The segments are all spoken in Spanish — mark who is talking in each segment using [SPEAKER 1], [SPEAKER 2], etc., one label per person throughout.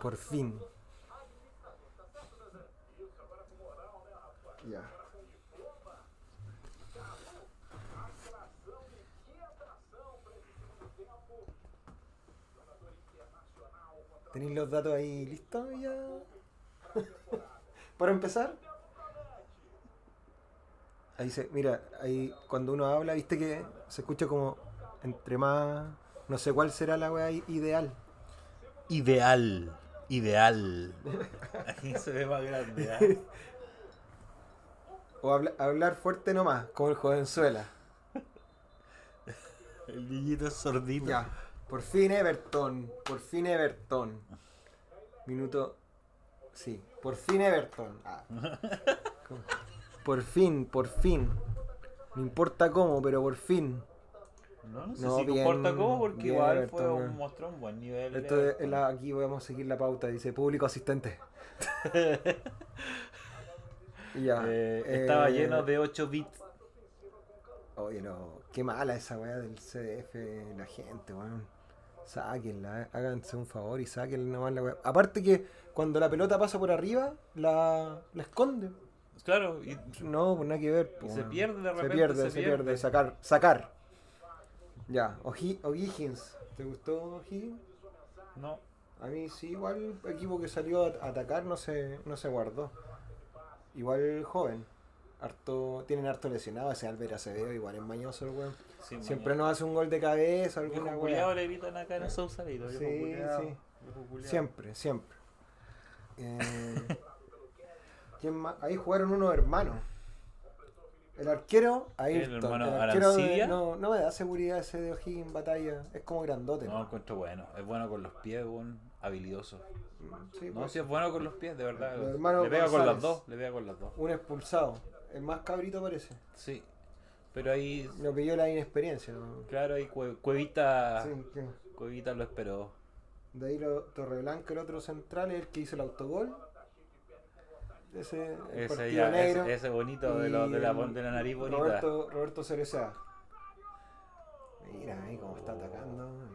[SPEAKER 1] Por fin.
[SPEAKER 2] Ya.
[SPEAKER 1] ¿Tenéis los datos ahí listos ya? Para empezar. Ahí se, mira, ahí cuando uno habla, viste que se escucha como entre más, no sé cuál será la weá i- ideal.
[SPEAKER 3] Ideal. Ideal. Aquí se ve más grande. ¿ah?
[SPEAKER 1] O habla- hablar fuerte nomás, como el jovenzuela.
[SPEAKER 3] El niñito es sordito.
[SPEAKER 1] Ya, por fin Everton, por fin Everton. Minuto. Sí, por fin Everton. Ah. ¿Cómo? Por fin, por fin. No importa cómo, pero por fin.
[SPEAKER 3] No, no sé
[SPEAKER 1] No,
[SPEAKER 3] si
[SPEAKER 1] bien-
[SPEAKER 3] comporta como porque
[SPEAKER 1] bien,
[SPEAKER 3] igual
[SPEAKER 1] Alberto,
[SPEAKER 3] fue
[SPEAKER 1] weón.
[SPEAKER 3] un mostró un buen nivel. eh.
[SPEAKER 1] Esto es-
[SPEAKER 3] Everton.
[SPEAKER 1] la- aquí vamos a seguir la pauta, dice público asistente. Y ya.
[SPEAKER 3] Eh, estaba
[SPEAKER 1] eh,
[SPEAKER 3] lleno de 8 bits.
[SPEAKER 1] Oye, no, qué mala esa weá del CDF, la gente, weón. Sáquenla, eh, háganse un favor y sáquenla nomás la weá. Aparte que cuando la pelota pasa por arriba, la, la esconde.
[SPEAKER 3] Claro, y
[SPEAKER 1] No, pues nada que ver. po,
[SPEAKER 3] se
[SPEAKER 1] weón.
[SPEAKER 3] pierde de repente,
[SPEAKER 1] Se pierde, se,
[SPEAKER 3] se
[SPEAKER 1] pierde.
[SPEAKER 3] pierde.
[SPEAKER 1] Sacar, sacar. Ya, Oji- O'Higgins. ¿Te gustó O'Higgins?
[SPEAKER 3] no.
[SPEAKER 1] A mí sí, igual el equipo que salió a a atacar no se, no se guardó. Igual joven. Harto, tienen harto lesionado, ese Álvaro Acevedo igual es mañoso el weón.
[SPEAKER 3] sí,
[SPEAKER 1] Siempre
[SPEAKER 3] mañana.
[SPEAKER 1] nos hace un gol de cabeza, alguna
[SPEAKER 3] Viejo
[SPEAKER 1] weá.
[SPEAKER 3] culiao le evitan acá en Sousa Vito.
[SPEAKER 1] Sí,
[SPEAKER 3] viejo culiao,
[SPEAKER 1] sí.
[SPEAKER 3] viejo culiao.
[SPEAKER 1] Siempre, siempre. Eh, ¿quién más? Ahí jugaron unos hermanos. El arquero, ahí
[SPEAKER 3] El hermano
[SPEAKER 1] arquero de-
[SPEAKER 3] Arancibia.
[SPEAKER 1] no, no me da seguridad ese de O'Higgins batalla. Es como grandote.
[SPEAKER 3] No, encuentro bueno. Es bueno con los pies, un habilidoso.
[SPEAKER 1] Sí,
[SPEAKER 3] No,
[SPEAKER 1] pues.
[SPEAKER 3] si es bueno con los pies, de verdad.
[SPEAKER 1] Los hermanos
[SPEAKER 3] Le pega con las
[SPEAKER 1] González.
[SPEAKER 3] dos, le pega con las dos.
[SPEAKER 1] Un expulsado. El más cabrito parece.
[SPEAKER 3] Sí. Pero ahí,
[SPEAKER 1] Lo pilló la inexperiencia. ¿no?
[SPEAKER 3] claro, ahí Cue- Cuevita,
[SPEAKER 1] Sí, que-
[SPEAKER 3] Cuevita lo esperó.
[SPEAKER 1] De ahí lo, Torreblanca, el otro central, es el que hizo el autogol. Ese, el
[SPEAKER 3] Ese,
[SPEAKER 1] partido
[SPEAKER 3] ya,
[SPEAKER 1] negro.
[SPEAKER 3] ese, ese bonito de, lo- de, la, de la nariz bonita.
[SPEAKER 1] Roberto, Roberto Cereceda. Mira ahí cómo está atacando. eh.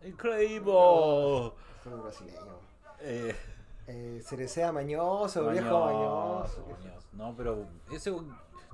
[SPEAKER 1] ahí.
[SPEAKER 3] Increíble.
[SPEAKER 1] Es un brasileño.
[SPEAKER 3] Eh,
[SPEAKER 1] Eh, Cereceda mañoso, viejo
[SPEAKER 3] Mañoso,
[SPEAKER 1] mañoso.
[SPEAKER 3] mañoso. No, pero ese,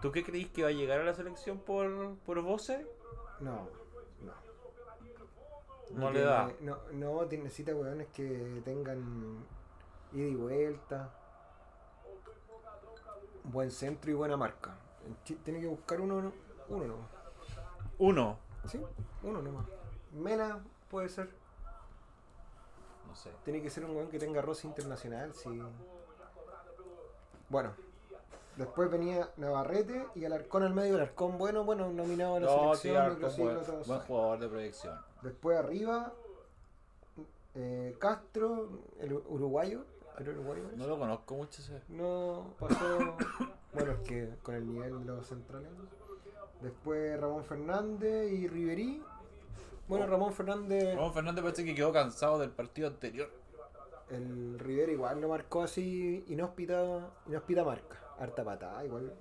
[SPEAKER 3] ¿tú qué creís que va a llegar a la selección por, por voces?
[SPEAKER 1] No, no.
[SPEAKER 3] No, le da.
[SPEAKER 1] tiene- No, no tiene- necesita hueones que tengan ida y vuelta. Buen centro y buena marca. Chi- Tiene que buscar uno, no- uno nomás.
[SPEAKER 3] Uno.
[SPEAKER 1] Sí, uno nomás. Mena puede ser.
[SPEAKER 3] No sé.
[SPEAKER 1] Tiene que ser un weón que tenga roce internacional, sí. Bueno. Después venía Navarrete y Alarcón al medio. Alarcón bueno, bueno, nominado a la
[SPEAKER 3] No, sí,
[SPEAKER 1] selección,
[SPEAKER 3] Arcos,
[SPEAKER 1] microciclo,
[SPEAKER 3] buen,
[SPEAKER 1] todo eso.
[SPEAKER 3] buen jugador de proyección.
[SPEAKER 1] Después arriba, eh, Castro, el uruguayo. ¿Era uruguayo?
[SPEAKER 3] No
[SPEAKER 1] parece?
[SPEAKER 3] lo conozco mucho ese.
[SPEAKER 1] No pasó. bueno, es que con el nivel de los centrales. Después Ramón Fernández y Riverí. Bueno,
[SPEAKER 3] Oh.
[SPEAKER 1] Ramón Fernández.
[SPEAKER 3] Ramón Fernández parece que quedó cansado del partido anterior.
[SPEAKER 1] El River igual lo marcó así, inhóspita, inhóspita marca. Harta patada, igual.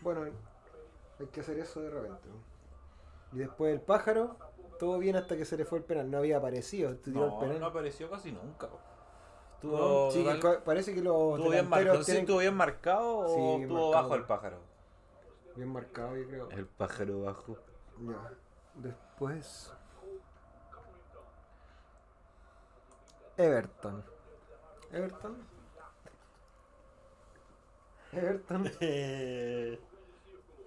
[SPEAKER 1] Bueno, hay que hacer eso de repente. Y después el pájaro, todo bien hasta que se le fue el penal. No había aparecido, tiró
[SPEAKER 3] No,
[SPEAKER 1] el penal.
[SPEAKER 3] no apareció casi nunca.
[SPEAKER 1] No,
[SPEAKER 3] po. Estuvo,
[SPEAKER 1] sí, que
[SPEAKER 3] total-
[SPEAKER 1] co- parece que los
[SPEAKER 3] estuvo bien marcado.
[SPEAKER 1] delanteros
[SPEAKER 3] No sé si
[SPEAKER 1] tienen-
[SPEAKER 3] estuvo bien marcado o
[SPEAKER 1] Sí,
[SPEAKER 3] estuvo
[SPEAKER 1] marcado.
[SPEAKER 3] bajo el pájaro.
[SPEAKER 1] bien marcado, yo creo.
[SPEAKER 3] pájaro bajo.
[SPEAKER 1] Ya. Después. Everton. Everton. Everton.
[SPEAKER 3] Eh,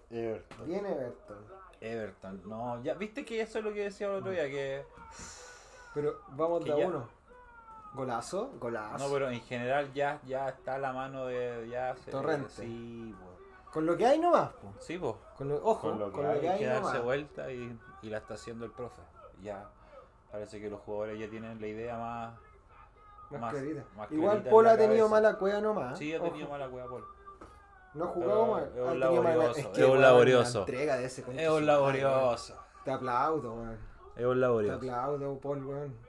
[SPEAKER 3] Everton.
[SPEAKER 1] Bien Everton.
[SPEAKER 3] Everton. No, ya viste que eso es lo que decía el otro día, que
[SPEAKER 1] Pero vamos
[SPEAKER 3] Que
[SPEAKER 1] de a
[SPEAKER 3] ya-
[SPEAKER 1] uno. Golazo, golazo.
[SPEAKER 3] no, pero en general ya ya está a la mano de ya se-
[SPEAKER 1] Torrente.
[SPEAKER 3] Sí, po.
[SPEAKER 1] Con lo que hay nomás, po.
[SPEAKER 3] Sí, po.
[SPEAKER 1] Con lo- ojo,
[SPEAKER 3] Con lo que hay,
[SPEAKER 1] hay,
[SPEAKER 3] que darse
[SPEAKER 1] nomás.
[SPEAKER 3] vuelta y, y la está haciendo el profe. Ya parece que los jugadores ya tienen la idea más
[SPEAKER 1] Más
[SPEAKER 3] más-
[SPEAKER 1] clarita.
[SPEAKER 3] más
[SPEAKER 1] Igual
[SPEAKER 3] clarita en
[SPEAKER 1] Paul
[SPEAKER 3] la
[SPEAKER 1] ha tenido
[SPEAKER 3] cabeza.
[SPEAKER 1] mala cueva nomás.
[SPEAKER 3] Sí, ha
[SPEAKER 1] Ah, ojo.
[SPEAKER 3] tenido mala cueva, Paul.
[SPEAKER 1] No ha jugado
[SPEAKER 3] Pero
[SPEAKER 1] mal.
[SPEAKER 3] es un
[SPEAKER 1] ha tenido mala- Es,
[SPEAKER 3] laborioso, es
[SPEAKER 1] que,
[SPEAKER 3] un
[SPEAKER 1] weón,
[SPEAKER 3] laborioso.
[SPEAKER 1] La entrega de ese concha
[SPEAKER 3] Es
[SPEAKER 1] su
[SPEAKER 3] un
[SPEAKER 1] madre, weón.
[SPEAKER 3] laborioso.
[SPEAKER 1] Te aplaudo, weón.
[SPEAKER 3] Es un
[SPEAKER 1] Te
[SPEAKER 3] laborioso.
[SPEAKER 1] aplaudo, Paul, weón.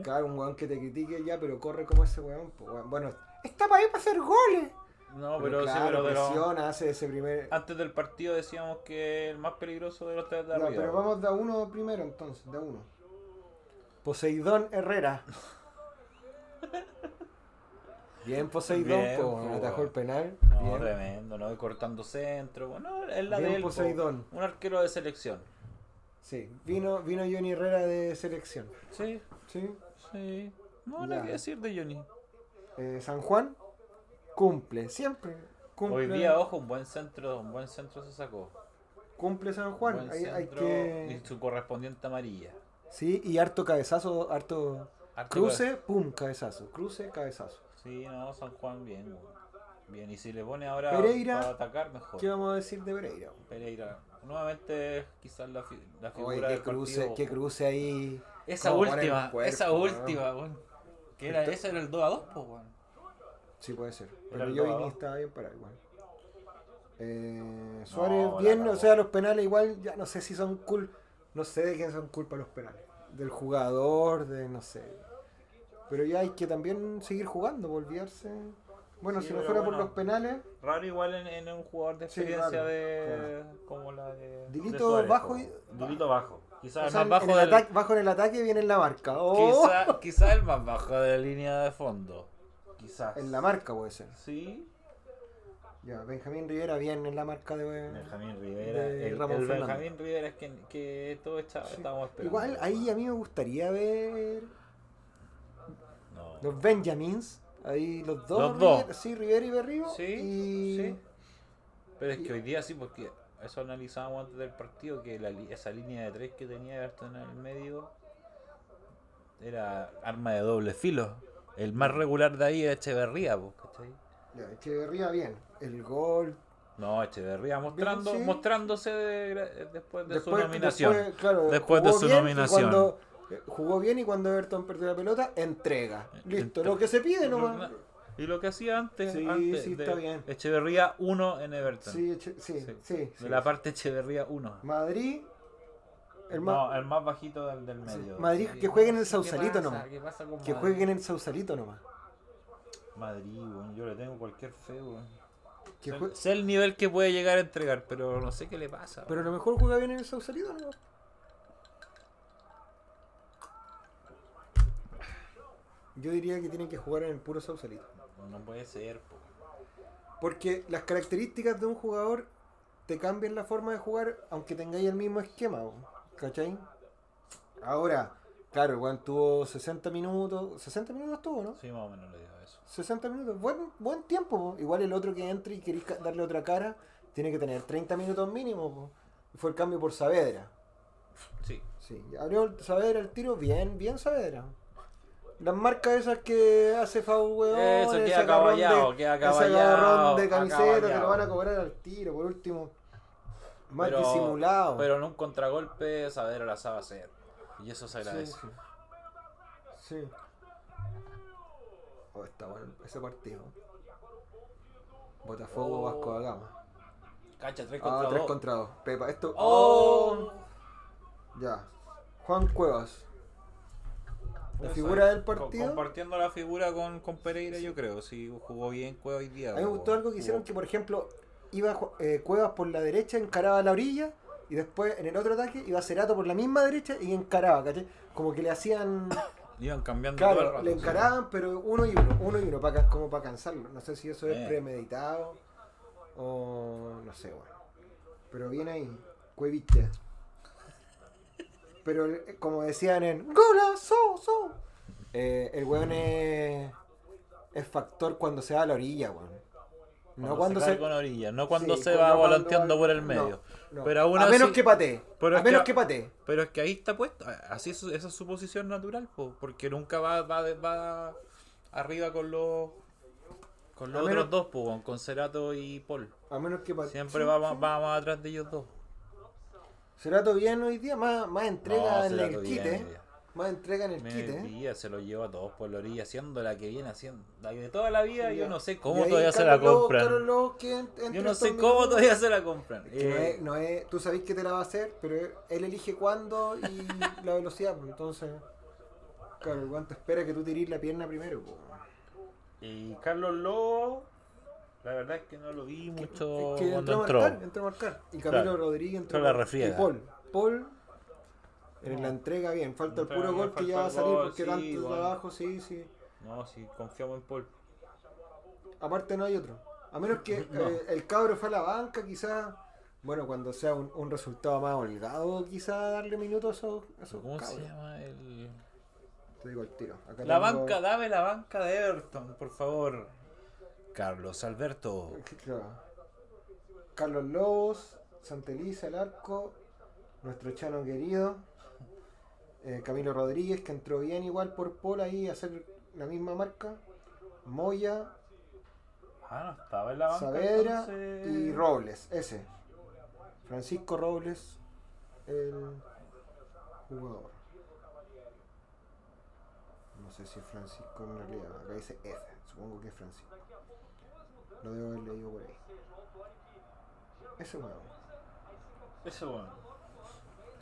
[SPEAKER 1] Claro, un weón que te critique ya, pero corre como ese weón. po, weón. Bueno, está para ahí para hacer goles.
[SPEAKER 3] No, pero, sí,
[SPEAKER 1] claro,
[SPEAKER 3] pero de los-
[SPEAKER 1] presiona, hace ese primer.
[SPEAKER 3] antes del partido decíamos que el más peligroso de los tres de
[SPEAKER 1] Ya,
[SPEAKER 3] arriba.
[SPEAKER 1] pero vamos de a uno primero entonces, de a uno. Poseidón Herrera. Bien Poseidón,
[SPEAKER 3] Bien,
[SPEAKER 1] po,
[SPEAKER 3] po,
[SPEAKER 1] atajó el
[SPEAKER 3] weón.
[SPEAKER 1] penal.
[SPEAKER 3] No,
[SPEAKER 1] bien.
[SPEAKER 3] tremendo, ¿no? Y cortando centro. Bueno, es la
[SPEAKER 1] Bien pues,
[SPEAKER 3] de él. po.
[SPEAKER 1] Poseidón.
[SPEAKER 3] Un arquero de selección.
[SPEAKER 1] Sí, vino, vino Johnny Herrera de selección.
[SPEAKER 3] Sí,
[SPEAKER 1] Sí.
[SPEAKER 3] sí. No,
[SPEAKER 1] Ya.
[SPEAKER 3] nada que decir de Johnny.
[SPEAKER 1] Eh, San Juan cumple, siempre. Cumple,
[SPEAKER 3] Hoy día, oh. ojo, un buen centro, un buen centro se sacó.
[SPEAKER 1] cumple San Juan.
[SPEAKER 3] Buen
[SPEAKER 1] Hay, hay
[SPEAKER 3] centro
[SPEAKER 1] que...
[SPEAKER 3] Y su correspondiente amarilla.
[SPEAKER 1] Sí, y harto cabezazo, harto...
[SPEAKER 3] Harto
[SPEAKER 1] Cruce, pum, cabezazo. Cruce, cabezazo.
[SPEAKER 3] Sí, no, San Juan bien, weón. Bien, y si le pone ahora
[SPEAKER 1] Pereira.
[SPEAKER 3] para atacar, mejor.
[SPEAKER 1] ¿Qué vamos a decir de Pereira?
[SPEAKER 3] Pereira. Nuevamente, quizás la, fi- la figura
[SPEAKER 1] Oye,
[SPEAKER 3] del
[SPEAKER 1] qué cruce,
[SPEAKER 3] partido.
[SPEAKER 1] qué cruce ahí.
[SPEAKER 3] Esa
[SPEAKER 1] Cómo ponen
[SPEAKER 3] última,
[SPEAKER 1] el cuerpo,
[SPEAKER 3] esa
[SPEAKER 1] ¿no?
[SPEAKER 3] última, weón. Que era,
[SPEAKER 1] Esto-
[SPEAKER 3] ese era el 2 a 2, pues, weón.
[SPEAKER 1] Sí, puede ser.
[SPEAKER 3] Era
[SPEAKER 1] Pero
[SPEAKER 3] el
[SPEAKER 1] yo
[SPEAKER 3] dos.
[SPEAKER 1] Vini estaba bien para igual. Eh, Suárez
[SPEAKER 3] la
[SPEAKER 1] bien, o
[SPEAKER 3] cagó.
[SPEAKER 1] sea, los penales igual, ya no sé si son cool, no sé de quién son culpa los penales. Del jugador, de no sé. Pero ya hay que también seguir jugando, pa' olvidarse. Bueno,
[SPEAKER 3] Sí,
[SPEAKER 1] si no
[SPEAKER 3] pero
[SPEAKER 1] fuera por
[SPEAKER 3] bueno.
[SPEAKER 1] los penales,
[SPEAKER 3] Raro igual en, en un jugador de
[SPEAKER 1] Sí,
[SPEAKER 3] experiencia
[SPEAKER 1] raro,
[SPEAKER 3] de. como la de.
[SPEAKER 1] Dilito
[SPEAKER 3] de Suárez,
[SPEAKER 1] bajo
[SPEAKER 3] po.
[SPEAKER 1] y-
[SPEAKER 3] Dilito bajo.
[SPEAKER 1] o
[SPEAKER 3] Quizás el
[SPEAKER 1] sea,
[SPEAKER 3] más
[SPEAKER 1] en
[SPEAKER 3] bajo
[SPEAKER 1] el
[SPEAKER 3] del.
[SPEAKER 1] ataque- bajo en el ataque viene en la marca. ¡Oh!
[SPEAKER 3] Quizá, quizá el más bajo de la línea de fondo. Quizás.
[SPEAKER 1] En la marca puede ser.
[SPEAKER 3] Sí.
[SPEAKER 1] Ya, Benjamín Rivera bien en la marca de.
[SPEAKER 3] Benjamín Rivera.
[SPEAKER 1] de
[SPEAKER 3] El,
[SPEAKER 1] Ramón
[SPEAKER 3] el
[SPEAKER 1] Fernández.
[SPEAKER 3] Benjamín Rivera es que, que todos está-
[SPEAKER 1] Sí.
[SPEAKER 3] estábamos esperando.
[SPEAKER 1] Igual ahí a mí me gustaría ver
[SPEAKER 3] No.
[SPEAKER 1] los Benjamins. Ahí los dos.
[SPEAKER 3] Los dos.
[SPEAKER 1] Rivera- sí, Rivera y Berrío.
[SPEAKER 3] Sí,
[SPEAKER 1] y-
[SPEAKER 3] sí. Pero es
[SPEAKER 1] y-
[SPEAKER 3] que hoy día sí, porque eso analizábamos antes del partido, que la li- esa línea de tres que tenía Everton en el medio era arma de doble filo. El más regular de ahí era Echeverría, po, ¿cachai?
[SPEAKER 1] Ya, Echeverría bien. El gol.
[SPEAKER 3] No, Echeverría mostrando,
[SPEAKER 1] sí.
[SPEAKER 3] mostrándose de gra- después de su nominación.
[SPEAKER 1] después, claro,
[SPEAKER 3] Después de
[SPEAKER 1] jugó
[SPEAKER 3] su
[SPEAKER 1] bien y
[SPEAKER 3] nominación.
[SPEAKER 1] Cuando, eh, jugó bien y cuando Everton perdió la pelota, entrega. Listo,
[SPEAKER 3] Eh, Entre-
[SPEAKER 1] lo que se pide
[SPEAKER 3] Lo-
[SPEAKER 1] nomás.
[SPEAKER 3] y lo que hacía antes,
[SPEAKER 1] Sí,
[SPEAKER 3] antes
[SPEAKER 1] sí,
[SPEAKER 3] de
[SPEAKER 1] está bien.
[SPEAKER 3] Echeverría 1 en Everton.
[SPEAKER 1] Sí, Eche- sí,
[SPEAKER 3] Sí.
[SPEAKER 1] sí. sí,
[SPEAKER 3] de la parte Echeverría 1.
[SPEAKER 1] Madrid. El ma-
[SPEAKER 3] No, el más bajito del, del
[SPEAKER 1] Sí,
[SPEAKER 3] medio.
[SPEAKER 1] Madrid,
[SPEAKER 3] Sí.
[SPEAKER 1] que juegue en el
[SPEAKER 3] ¿Qué
[SPEAKER 1] Sausalito
[SPEAKER 3] pasa?
[SPEAKER 1] nomás.
[SPEAKER 3] ¿Qué pasa con
[SPEAKER 1] que
[SPEAKER 3] Madrid?
[SPEAKER 1] jueguen en el Sausalito nomás.
[SPEAKER 3] Madrid, weón, yo le tengo cualquier fe, weón.
[SPEAKER 1] Que
[SPEAKER 3] Sé-
[SPEAKER 1] jue-
[SPEAKER 3] Sé el nivel que puede llegar a entregar, pero no sé qué le pasa.
[SPEAKER 1] Pero a
[SPEAKER 3] weón.
[SPEAKER 1] lo mejor juega bien en el Sausalito nomás. Yo diría que tienen que jugar en el puro Sausalito.
[SPEAKER 3] no puede ser, po.
[SPEAKER 1] Porque las características de un jugador te cambian la forma de jugar, aunque tengáis el mismo esquema, po, ¿cachai? Ahora, claro, Juan tuvo 60 minutos, 60 minutos tuvo, ¿no?
[SPEAKER 3] Sí, más o menos le digo eso.
[SPEAKER 1] 60 minutos, buen, buen tiempo, po. igual el otro que entre y queréis ca- darle otra cara, tiene que tener 30 minutos mínimo, po. Y fue el cambio por Saavedra.
[SPEAKER 3] Sí.
[SPEAKER 1] Sí, abrió el- Saavedra el tiro, bien, bien Saavedra. Las marcas esas que hace Fau, weón.
[SPEAKER 3] Eso
[SPEAKER 1] ese
[SPEAKER 3] queda
[SPEAKER 1] agarrón
[SPEAKER 3] acaballado,
[SPEAKER 1] de-
[SPEAKER 3] queda
[SPEAKER 1] ese
[SPEAKER 3] acaballado,
[SPEAKER 1] agarrón de camiseta te lo
[SPEAKER 3] acaballado.
[SPEAKER 1] van a cobrar al tiro, por último. Más
[SPEAKER 3] Pero-
[SPEAKER 1] disimulado.
[SPEAKER 3] Pero en un contragolpe, Saavedra la sabe hacer. Y eso se
[SPEAKER 1] Sí,
[SPEAKER 3] agradece.
[SPEAKER 1] sí. Sí. Oh, está bueno ese partido. Botafogo,
[SPEAKER 3] Oh.
[SPEAKER 1] Vasco da Gama.
[SPEAKER 3] Cacha, 3
[SPEAKER 1] Ah,
[SPEAKER 3] contra
[SPEAKER 1] 3
[SPEAKER 3] dos.
[SPEAKER 1] contra 2. Pepa, esto.
[SPEAKER 3] ¡Oh!
[SPEAKER 1] Ya. Juan Cuevas. La
[SPEAKER 3] Pues
[SPEAKER 1] figura
[SPEAKER 3] ahí,
[SPEAKER 1] del
[SPEAKER 3] co-
[SPEAKER 1] partido.
[SPEAKER 3] Compartiendo la figura con, con Pereira, yo creo. Sí, jugó bien Cueva hoy día.
[SPEAKER 1] A mí me
[SPEAKER 3] weón.
[SPEAKER 1] gustó algo que
[SPEAKER 3] Jugó-
[SPEAKER 1] hicieron que, por ejemplo, iba Ju- eh, Cuevas por la derecha, encaraba a la orilla, y después en el otro ataque iba Cerato por la misma derecha y encaraba, ¿cachai? Como que le hacían.
[SPEAKER 3] Iban cambiando todo el
[SPEAKER 1] Claro,
[SPEAKER 3] rato,
[SPEAKER 1] le
[SPEAKER 3] sí.
[SPEAKER 1] encaraban, pero uno y uno, uno y uno, pa ca- como para cansarlo. No sé si eso es
[SPEAKER 3] Eh.
[SPEAKER 1] premeditado o. no sé, bueno. Pero bien ahí, Cuevita. Pero eh, como decían en. ¡Golazo! so". Eh, el weón es. es factor cuando se va a la orilla, weón. No cuando se.
[SPEAKER 3] con orilla, no cuando
[SPEAKER 1] sí,
[SPEAKER 3] se va
[SPEAKER 1] no cuando-
[SPEAKER 3] volanteando por el medio.
[SPEAKER 1] no, no.
[SPEAKER 3] Pero aún
[SPEAKER 1] a menos
[SPEAKER 3] así-
[SPEAKER 1] que patee.
[SPEAKER 3] pero
[SPEAKER 1] A
[SPEAKER 3] es que
[SPEAKER 1] menos
[SPEAKER 3] a-
[SPEAKER 1] que patee.
[SPEAKER 3] Pero es que ahí está puesto, así es, su- esa es su posición natural, po, porque nunca va, va, de- va arriba con los con los
[SPEAKER 1] A
[SPEAKER 3] otros
[SPEAKER 1] menos-
[SPEAKER 3] dos, po, con- con Cerato y Paul.
[SPEAKER 1] A menos que patee.
[SPEAKER 3] Siempre vamos, vamos atrás de ellos dos.
[SPEAKER 1] Cerato bien hoy día, más, más entrega
[SPEAKER 3] No,
[SPEAKER 1] en
[SPEAKER 3] Cerato
[SPEAKER 1] el
[SPEAKER 3] bien
[SPEAKER 1] quite.
[SPEAKER 3] hoy día.
[SPEAKER 1] Más entrega en el ¿eh? quite.
[SPEAKER 3] Medio día se lo lleva a todos por la orilla, haciendo la que viene haciendo. La que de toda la vida, yo
[SPEAKER 1] Ya.
[SPEAKER 3] no sé
[SPEAKER 1] Y
[SPEAKER 3] cómo
[SPEAKER 1] ahí
[SPEAKER 3] todavía se la
[SPEAKER 1] Carlos Lobo,
[SPEAKER 3] compran.
[SPEAKER 1] Carlos Lobo que en- entre
[SPEAKER 3] yo no sé
[SPEAKER 1] estos
[SPEAKER 3] cómo
[SPEAKER 1] minutos.
[SPEAKER 3] todavía se la compran.
[SPEAKER 1] Que no
[SPEAKER 3] Eh,
[SPEAKER 1] es- no es- tú sabés que te la va a hacer, pero él elige cuándo y la velocidad. pues, Entonces, claro, el guante espera que tú tirís la pierna primero. pues. po.
[SPEAKER 3] Y Carlos Lobo, la verdad es que no lo vi mucho
[SPEAKER 1] Es que
[SPEAKER 3] cuando
[SPEAKER 1] entró a
[SPEAKER 3] entró.
[SPEAKER 1] marcar, entró a marcar. Y Camilo
[SPEAKER 3] Claro.
[SPEAKER 1] Rodríguez entró
[SPEAKER 3] Entró la
[SPEAKER 1] marcar.
[SPEAKER 3] refriega.
[SPEAKER 1] Y Paul. Paul En
[SPEAKER 3] No.
[SPEAKER 1] la entrega bien, falta el
[SPEAKER 3] Entrega
[SPEAKER 1] puro
[SPEAKER 3] bien,
[SPEAKER 1] gol que
[SPEAKER 3] falta
[SPEAKER 1] ya va a
[SPEAKER 3] el
[SPEAKER 1] salir
[SPEAKER 3] gol,
[SPEAKER 1] porque
[SPEAKER 3] sí,
[SPEAKER 1] tanto
[SPEAKER 3] bueno.
[SPEAKER 1] trabajo, sí, sí.
[SPEAKER 3] No, si confiamos en Paul.
[SPEAKER 1] Aparte no hay otro. A menos que
[SPEAKER 3] No.
[SPEAKER 1] eh, el cabro fue a la banca, quizás. Bueno, cuando sea un, un resultado más holgado, quizás darle minutos a esos, a esos
[SPEAKER 3] ¿Cómo se
[SPEAKER 1] cabros.
[SPEAKER 3] llama el...?
[SPEAKER 1] Te digo el tiro. Acá
[SPEAKER 3] La
[SPEAKER 1] tengo-
[SPEAKER 3] banca, dame la banca de Everton, por favor. Carlos Alberto.
[SPEAKER 1] Claro. Carlos Lobos, Santeliza, el arco, nuestro Chano querido, eh, Camilo Rodríguez, que entró bien igual por Pola ahí a hacer la misma marca, Moya,
[SPEAKER 3] Ah, no estaba en la banca.
[SPEAKER 1] Saavedra
[SPEAKER 3] entonces.
[SPEAKER 1] y Robles, ese. Francisco Robles, el jugador. No sé si es Francisco en realidad, acá dice F, supongo que es Francisco. Lo debo haber leído por ahí. Ese huevo.
[SPEAKER 3] Ese bueno.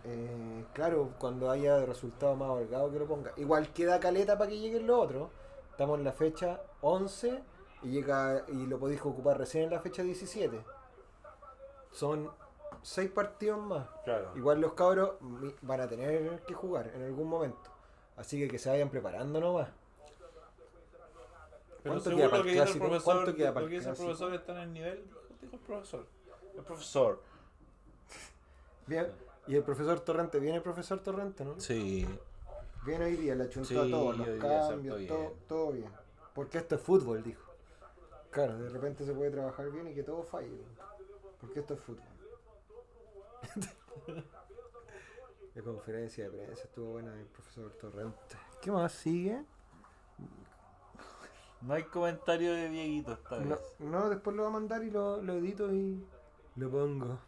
[SPEAKER 1] Eh, claro, cuando haya resultado más holgado que lo ponga. Igual queda caleta para que lleguen los otros. Estamos en la fecha 11 y llega y lo podéis ocupar recién en la fecha 17. Son 6 partidos más.
[SPEAKER 3] Claro.
[SPEAKER 1] Igual los cabros mi- van a tener que jugar en algún momento. Así que que se vayan preparando nomás.
[SPEAKER 3] Pero
[SPEAKER 1] ¿Cuánto
[SPEAKER 3] seguro
[SPEAKER 1] queda para
[SPEAKER 3] lo
[SPEAKER 1] el
[SPEAKER 3] que dice el
[SPEAKER 1] clásico?
[SPEAKER 3] profesor,
[SPEAKER 1] ¿Cuánto queda
[SPEAKER 3] lo
[SPEAKER 1] para el
[SPEAKER 3] que dice el
[SPEAKER 1] clásico?
[SPEAKER 3] profesor está en el nivel, dijo el profesor. El profesor.
[SPEAKER 1] Bien. Y el profesor Torrente, viene el profesor Torrente, ¿no?
[SPEAKER 3] Sí.
[SPEAKER 1] Viene hoy día, le achuntó a
[SPEAKER 3] Sí,
[SPEAKER 1] todos
[SPEAKER 3] hoy
[SPEAKER 1] los
[SPEAKER 3] día se
[SPEAKER 1] cambios,
[SPEAKER 3] hartó
[SPEAKER 1] todo,
[SPEAKER 3] bien.
[SPEAKER 1] todo bien. Porque esto es fútbol, dijo. Claro, de repente se puede trabajar bien y que todo falle. weón. Porque esto es fútbol. La conferencia de prensa estuvo buena del profesor Torrente. ¿Qué más sigue?
[SPEAKER 3] No hay comentario de Dieguito esta vez.
[SPEAKER 1] No, no, después lo va a mandar y lo, lo edito y lo pongo.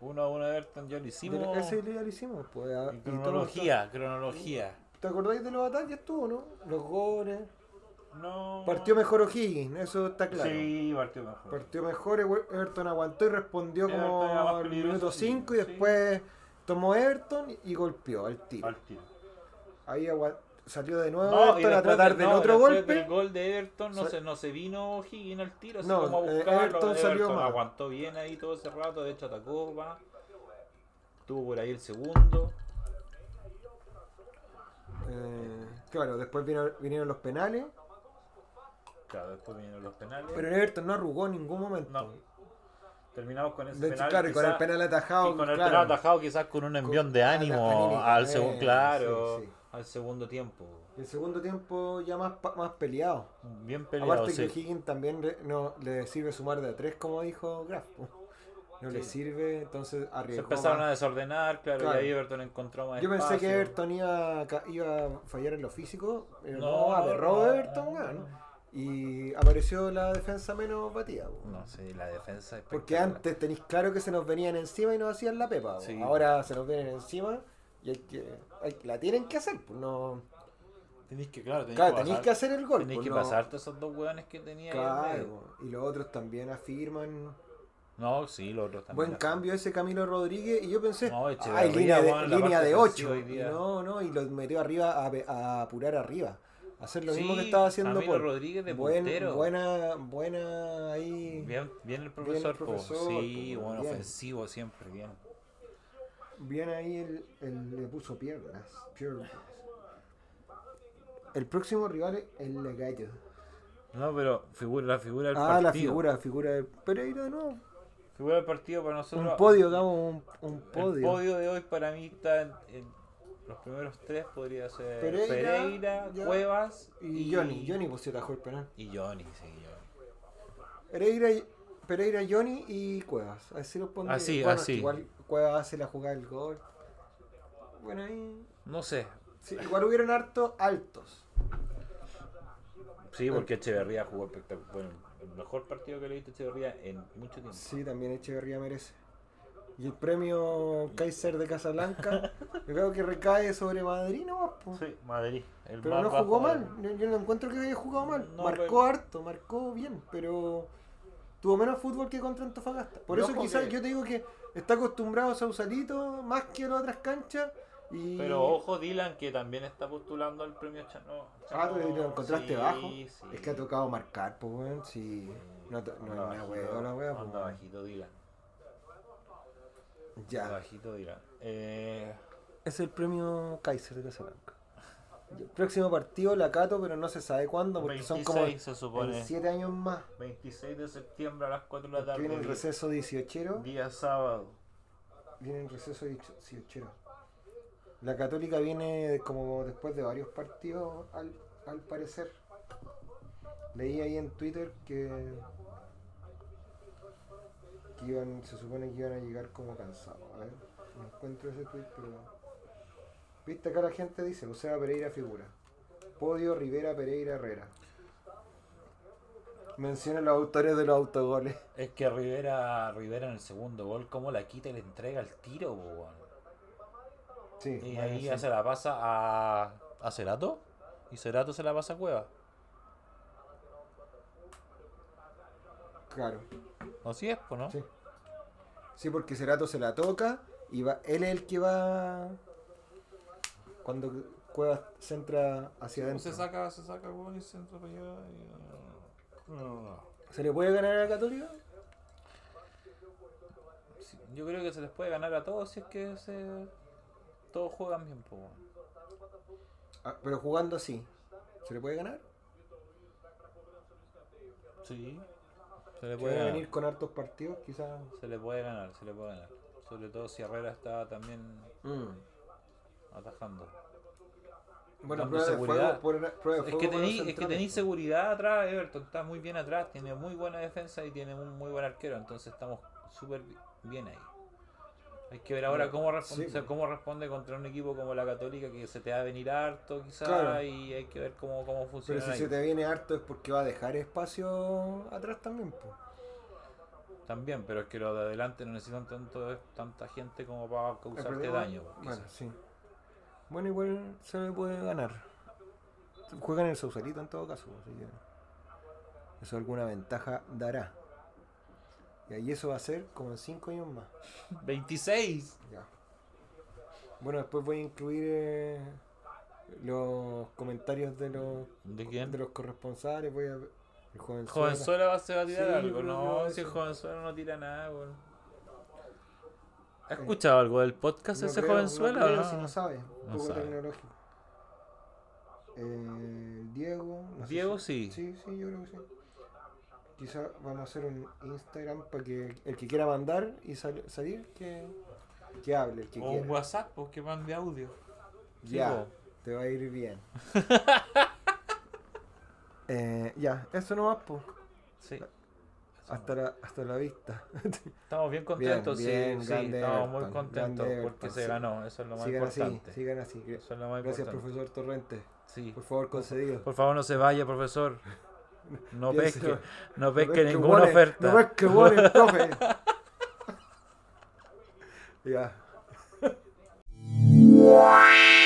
[SPEAKER 3] Uno a uno de Everton ya lo hicimos.
[SPEAKER 1] De- Ese ya lo hicimos, pues. a-
[SPEAKER 3] En
[SPEAKER 1] y todo esto-
[SPEAKER 3] cronología, cronología.
[SPEAKER 1] ¿Te acordáis de los ataques? Estuvo, ¿no? Los goles.
[SPEAKER 3] No.
[SPEAKER 1] Partió mejor O'Higgins, eso está claro.
[SPEAKER 3] Sí, partió mejor.
[SPEAKER 1] Partió mejor, Ewe- Everton aguantó y respondió como
[SPEAKER 3] Everton era más
[SPEAKER 1] al
[SPEAKER 3] peligroso,
[SPEAKER 1] minuto
[SPEAKER 3] sí,
[SPEAKER 1] 5 y
[SPEAKER 3] sí.
[SPEAKER 1] después tomó Everton y golpeó al tiro.
[SPEAKER 3] Al tiro.
[SPEAKER 1] Ahí agua- salió de nuevo
[SPEAKER 3] No, y
[SPEAKER 1] Everton a
[SPEAKER 3] después
[SPEAKER 1] tratar
[SPEAKER 3] del-
[SPEAKER 1] del
[SPEAKER 3] no,
[SPEAKER 1] otro
[SPEAKER 3] después
[SPEAKER 1] golpe.
[SPEAKER 3] del gol de Everton no
[SPEAKER 1] Sa-
[SPEAKER 3] se, no se vino O'Higgins al tiro, así
[SPEAKER 1] No,
[SPEAKER 3] como a
[SPEAKER 1] eh,
[SPEAKER 3] buscarlo.
[SPEAKER 1] Everton salió mal.
[SPEAKER 3] aguantó bien ahí todo ese rato, de hecho atacó, va. Tuvo por ahí el segundo.
[SPEAKER 1] Eh, claro, después vino- vinieron los penales,
[SPEAKER 3] Claro, después vinieron los penales.
[SPEAKER 1] pero Everton no arrugó en ningún momento.
[SPEAKER 3] No. Terminamos con ese
[SPEAKER 1] De hecho,
[SPEAKER 3] penal.
[SPEAKER 1] claro, y con
[SPEAKER 3] quizás-
[SPEAKER 1] el penal
[SPEAKER 3] y
[SPEAKER 1] atajado.
[SPEAKER 3] con el
[SPEAKER 1] claro.
[SPEAKER 3] penal atajado quizás con un envión de
[SPEAKER 1] ah,
[SPEAKER 3] ánimo
[SPEAKER 1] anímico,
[SPEAKER 3] al
[SPEAKER 1] eh,
[SPEAKER 3] segundo, claro,
[SPEAKER 1] sí, sí.
[SPEAKER 3] al segundo tiempo.
[SPEAKER 1] El segundo tiempo ya más, pa- más peleado.
[SPEAKER 3] Bien peleado,
[SPEAKER 1] Aparte
[SPEAKER 3] sí.
[SPEAKER 1] que Higgins también re- no, le sirve sumar de a 3, como dijo Graf. po. No le
[SPEAKER 3] Sí.
[SPEAKER 1] sirve, entonces
[SPEAKER 3] Se
[SPEAKER 1] arriesgó
[SPEAKER 3] empezaron
[SPEAKER 1] más.
[SPEAKER 3] a desordenar, claro,
[SPEAKER 1] Claro.
[SPEAKER 3] y ahí Everton encontró más
[SPEAKER 1] Yo pensé que
[SPEAKER 3] espacio.
[SPEAKER 1] Everton iba a, ca- iba a fallar en lo físico, pero
[SPEAKER 3] No,
[SPEAKER 1] no, Ah, aperró
[SPEAKER 3] no,
[SPEAKER 1] Everton,
[SPEAKER 3] no,
[SPEAKER 1] weón.
[SPEAKER 3] no.
[SPEAKER 1] Y apareció la defensa menos batida, weón.
[SPEAKER 3] No, sí, la defensa es
[SPEAKER 1] Porque antes tenéis claro que se nos venían encima y nos hacían la pepa, weón.
[SPEAKER 3] Sí.
[SPEAKER 1] Ahora se nos vienen encima y hay que, hay- la tienen que hacer, pues, no.
[SPEAKER 3] Tenéis que, claro, tenéis
[SPEAKER 1] Claro,
[SPEAKER 3] que
[SPEAKER 1] tenéis
[SPEAKER 3] pasar-
[SPEAKER 1] que hacer el gol.
[SPEAKER 3] Tenéis
[SPEAKER 1] pues,
[SPEAKER 3] que
[SPEAKER 1] no.
[SPEAKER 3] pasarte esos dos hueones que tenía ahí en
[SPEAKER 1] Claro,
[SPEAKER 3] medio.
[SPEAKER 1] weón. y los otros también afirman.
[SPEAKER 3] No, sí, los otros también.
[SPEAKER 1] Buen
[SPEAKER 3] la-
[SPEAKER 1] cambio ese Camilo Rodríguez. Y yo pensé,
[SPEAKER 3] No, Echeverría,
[SPEAKER 1] ay, línea de,
[SPEAKER 3] weón, la
[SPEAKER 1] línea
[SPEAKER 3] parte
[SPEAKER 1] de
[SPEAKER 3] ofensiva
[SPEAKER 1] 8.
[SPEAKER 3] hoy día.
[SPEAKER 1] No, no, y lo metió arriba a, pe- a apurar arriba. A hacer lo
[SPEAKER 3] Sí,
[SPEAKER 1] mismo que estaba haciendo
[SPEAKER 3] Camilo
[SPEAKER 1] por
[SPEAKER 3] Rodríguez de puntero.
[SPEAKER 1] buena, buena ahí. Bien,
[SPEAKER 3] Bien, bien el profesor, po.
[SPEAKER 1] profesor,
[SPEAKER 3] sí,
[SPEAKER 1] po,
[SPEAKER 3] bueno,
[SPEAKER 1] bien.
[SPEAKER 3] ofensivo siempre, bien.
[SPEAKER 1] ahí el, el- le puso piernas. piernas. El próximo rival es el gallo.
[SPEAKER 3] No, pero figura, la figura del
[SPEAKER 1] Ah,
[SPEAKER 3] partido.
[SPEAKER 1] la figura, figura de Pereira de nuevo.
[SPEAKER 3] Figura del partido para nosotros.
[SPEAKER 1] Un podio, hagamos un, un
[SPEAKER 3] El
[SPEAKER 1] podio.
[SPEAKER 3] podio de hoy para mí está en, en los primeros tres, podría ser
[SPEAKER 1] Pereira,
[SPEAKER 3] Pereira,
[SPEAKER 1] ya.
[SPEAKER 3] Cuevas
[SPEAKER 1] Y Johnny, Johnny pues sí atajó el penal.
[SPEAKER 3] Y Johnny, sí, Johnny.
[SPEAKER 1] Pereira, y- Pereira, Johnny y Cuevas. Así lo pondría.
[SPEAKER 3] Así,
[SPEAKER 1] Bueno,
[SPEAKER 3] así.
[SPEAKER 1] Igual Cuevas hace la jugada del gol. Bueno, ahí.
[SPEAKER 3] No sé.
[SPEAKER 1] Sí, igual hubieron harto altos.
[SPEAKER 3] Sí, porque Echeverría jugó espectacular. Bueno, el mejor partido que le he visto a Echeverría en mucho tiempo.
[SPEAKER 1] Sí, también Echeverría merece. Y el premio Kaiser de Casablanca, yo creo que recae sobre Madrid, ¿no? Po.
[SPEAKER 3] Sí, Madrid. El
[SPEAKER 1] Pero
[SPEAKER 3] más
[SPEAKER 1] no
[SPEAKER 3] bajo
[SPEAKER 1] jugó
[SPEAKER 3] del-
[SPEAKER 1] mal. Yo, yo no encuentro que haya jugado mal.
[SPEAKER 3] No,
[SPEAKER 1] marcó
[SPEAKER 3] pero-
[SPEAKER 1] harto, marcó bien, pero tuvo menos fútbol que contra Antofagasta. Por
[SPEAKER 3] Yo
[SPEAKER 1] eso
[SPEAKER 3] creo
[SPEAKER 1] quizás
[SPEAKER 3] que-
[SPEAKER 1] yo te digo que está acostumbrado a Sausalito más que a las otras canchas. Y...
[SPEAKER 3] Pero ojo, Dylan, que también está postulando al premio Chano.
[SPEAKER 1] Ah,
[SPEAKER 3] Chano-
[SPEAKER 1] te lo encontraste
[SPEAKER 3] sí,
[SPEAKER 1] bajo.
[SPEAKER 3] sí.
[SPEAKER 1] Es que ha tocado marcar, pues, weón. Sí. No, to- no
[SPEAKER 3] Anda
[SPEAKER 1] es una
[SPEAKER 3] bajito,
[SPEAKER 1] wea, una wea,
[SPEAKER 3] Anda
[SPEAKER 1] pues.
[SPEAKER 3] bajito, Dylan.
[SPEAKER 1] Ya.
[SPEAKER 3] Bajito dirá. Eh,
[SPEAKER 1] es el premio Kaiser de Casablanca. Y El próximo partido la cato, pero no se sabe cuándo, porque son como
[SPEAKER 3] 26 se supone.
[SPEAKER 1] 7 años más.
[SPEAKER 3] 26 de septiembre a las 4 de la
[SPEAKER 1] Porque
[SPEAKER 3] tarde.
[SPEAKER 1] viene el
[SPEAKER 3] día-
[SPEAKER 1] receso 18.
[SPEAKER 3] Día sábado.
[SPEAKER 1] Viene el receso 18. La Católica viene como después de varios partidos, al, al parecer. Leí ahí en Twitter que, que iban, se supone que iban a llegar como cansados. A ver, no encuentro ese tweet, pero. Viste acá la gente dice, o sea, Pereira figura. Podio Rivera Pereira Herrera. Menciona los autores de los autogoles.
[SPEAKER 3] Es que Rivera, Rivera en el segundo gol, como la quita y le entrega el tiro, po, weón.
[SPEAKER 1] Sí,
[SPEAKER 3] Y
[SPEAKER 1] bueno,
[SPEAKER 3] ahí
[SPEAKER 1] sí.
[SPEAKER 3] ya se la pasa a, a Cerato. Y Cerato se la pasa a Cueva.
[SPEAKER 1] claro.
[SPEAKER 3] Así es, pues, ¿no?
[SPEAKER 1] Sí. Sí, porque Cerato se la toca y va, él es el que va cuando Cuevas centra hacia adentro.
[SPEAKER 3] Pues Se saca, se saca, weón, y eh, se entra para allá. y- No, no, no.
[SPEAKER 1] ¿Se le puede ganar a la Católica?
[SPEAKER 3] Sí, Yo creo que se les puede ganar a todos si es que se... todos juegan bien, po, weón.
[SPEAKER 1] Ah, pero jugando así, ¿se le puede ganar?
[SPEAKER 3] Sí. Se le
[SPEAKER 1] Se
[SPEAKER 3] puede
[SPEAKER 1] va a
[SPEAKER 3] ganar.
[SPEAKER 1] venir con hartos partidos, quizás.
[SPEAKER 3] Se le puede ganar, se le puede ganar. Sobre todo si Herrera está también atajando.
[SPEAKER 1] Bueno,
[SPEAKER 3] Dando
[SPEAKER 1] prueba de,
[SPEAKER 3] seguridad.
[SPEAKER 1] fuego, por- prueba de
[SPEAKER 3] Es
[SPEAKER 1] fuego
[SPEAKER 3] que
[SPEAKER 1] por los
[SPEAKER 3] tenéis es que
[SPEAKER 1] centrales.
[SPEAKER 3] tení seguridad atrás, Everton está muy bien atrás, tiene muy buena defensa y tiene un muy buen arquero, entonces estamos súper bi- bien ahí. Hay que ver ahora cómo responde,
[SPEAKER 1] Sí,
[SPEAKER 3] o sea,
[SPEAKER 1] pues.
[SPEAKER 3] cómo responde contra un equipo como la Católica que se te va a venir harto quizás
[SPEAKER 1] Claro.
[SPEAKER 3] y hay que ver cómo, cómo
[SPEAKER 1] Pero
[SPEAKER 3] funciona.
[SPEAKER 1] si
[SPEAKER 3] ahí.
[SPEAKER 1] se te viene harto es porque va a dejar espacio atrás también. po.
[SPEAKER 3] También, pero es que los de adelante no necesitan tanto, eh, tanta gente como para
[SPEAKER 1] El
[SPEAKER 3] causarte
[SPEAKER 1] problema-
[SPEAKER 3] daño. pues,
[SPEAKER 1] Bueno,
[SPEAKER 3] quizás.
[SPEAKER 1] sí. Bueno, igual se le puede ganar. Juegan en el Sausalito en todo caso, pues, así que eso alguna ventaja dará. Y ahí eso va a ser como en 5 años más.
[SPEAKER 3] 26.
[SPEAKER 1] Ya. Bueno, después voy a incluir eh, los comentarios de los,
[SPEAKER 3] ¿De quién?
[SPEAKER 1] de los corresponsales. Voy a. El joven
[SPEAKER 3] Jovenzuela va, se va a tirar
[SPEAKER 1] Sí, yo
[SPEAKER 3] algo,
[SPEAKER 1] creo que va
[SPEAKER 3] no,
[SPEAKER 1] a
[SPEAKER 3] si
[SPEAKER 1] ser.
[SPEAKER 3] el Jovenzuela no tira nada, weón. ¿Has escuchado algo del podcast
[SPEAKER 1] No
[SPEAKER 3] ese
[SPEAKER 1] creo,
[SPEAKER 3] Jovenzuela
[SPEAKER 1] No
[SPEAKER 3] o
[SPEAKER 1] creo,
[SPEAKER 3] no?
[SPEAKER 1] si no sabe. Un
[SPEAKER 3] No
[SPEAKER 1] poco
[SPEAKER 3] sabe.
[SPEAKER 1] tecnológico. Eh, Diego. no sé
[SPEAKER 3] Diego
[SPEAKER 1] si-
[SPEAKER 3] sí.
[SPEAKER 1] Sí, sí, yo creo que sí. Quizá vamos a hacer un Instagram para que el que quiera mandar y sal- salir, que, que hable, el que
[SPEAKER 3] O
[SPEAKER 1] quiera.
[SPEAKER 3] un WhatsApp, pues que mande audio. Sí,
[SPEAKER 1] Ya,
[SPEAKER 3] po.
[SPEAKER 1] te va a ir bien. Eh, ya, eso nomás, pues.
[SPEAKER 3] Sí.
[SPEAKER 1] Hasta la, hasta la vista.
[SPEAKER 3] Estamos bien contentos, sí,
[SPEAKER 1] bien,
[SPEAKER 3] sí,
[SPEAKER 1] grande
[SPEAKER 3] estamos
[SPEAKER 1] Everton,
[SPEAKER 3] muy contentos
[SPEAKER 1] grande
[SPEAKER 3] porque
[SPEAKER 1] Everton,
[SPEAKER 3] se
[SPEAKER 1] sí.
[SPEAKER 3] ganó, eso es lo más
[SPEAKER 1] sigan así,
[SPEAKER 3] importante.
[SPEAKER 1] sigan así.
[SPEAKER 3] Eso es lo más
[SPEAKER 1] Gracias,
[SPEAKER 3] importante.
[SPEAKER 1] profesor Torrente.
[SPEAKER 3] Sí.
[SPEAKER 1] Por favor, concedido.
[SPEAKER 3] Por favor, no se vaya, profesor. No
[SPEAKER 1] Piense-
[SPEAKER 3] pesque, no pesque
[SPEAKER 1] ves que
[SPEAKER 3] ninguna
[SPEAKER 1] huele,
[SPEAKER 3] oferta.
[SPEAKER 1] No ves que huele, profe. ya.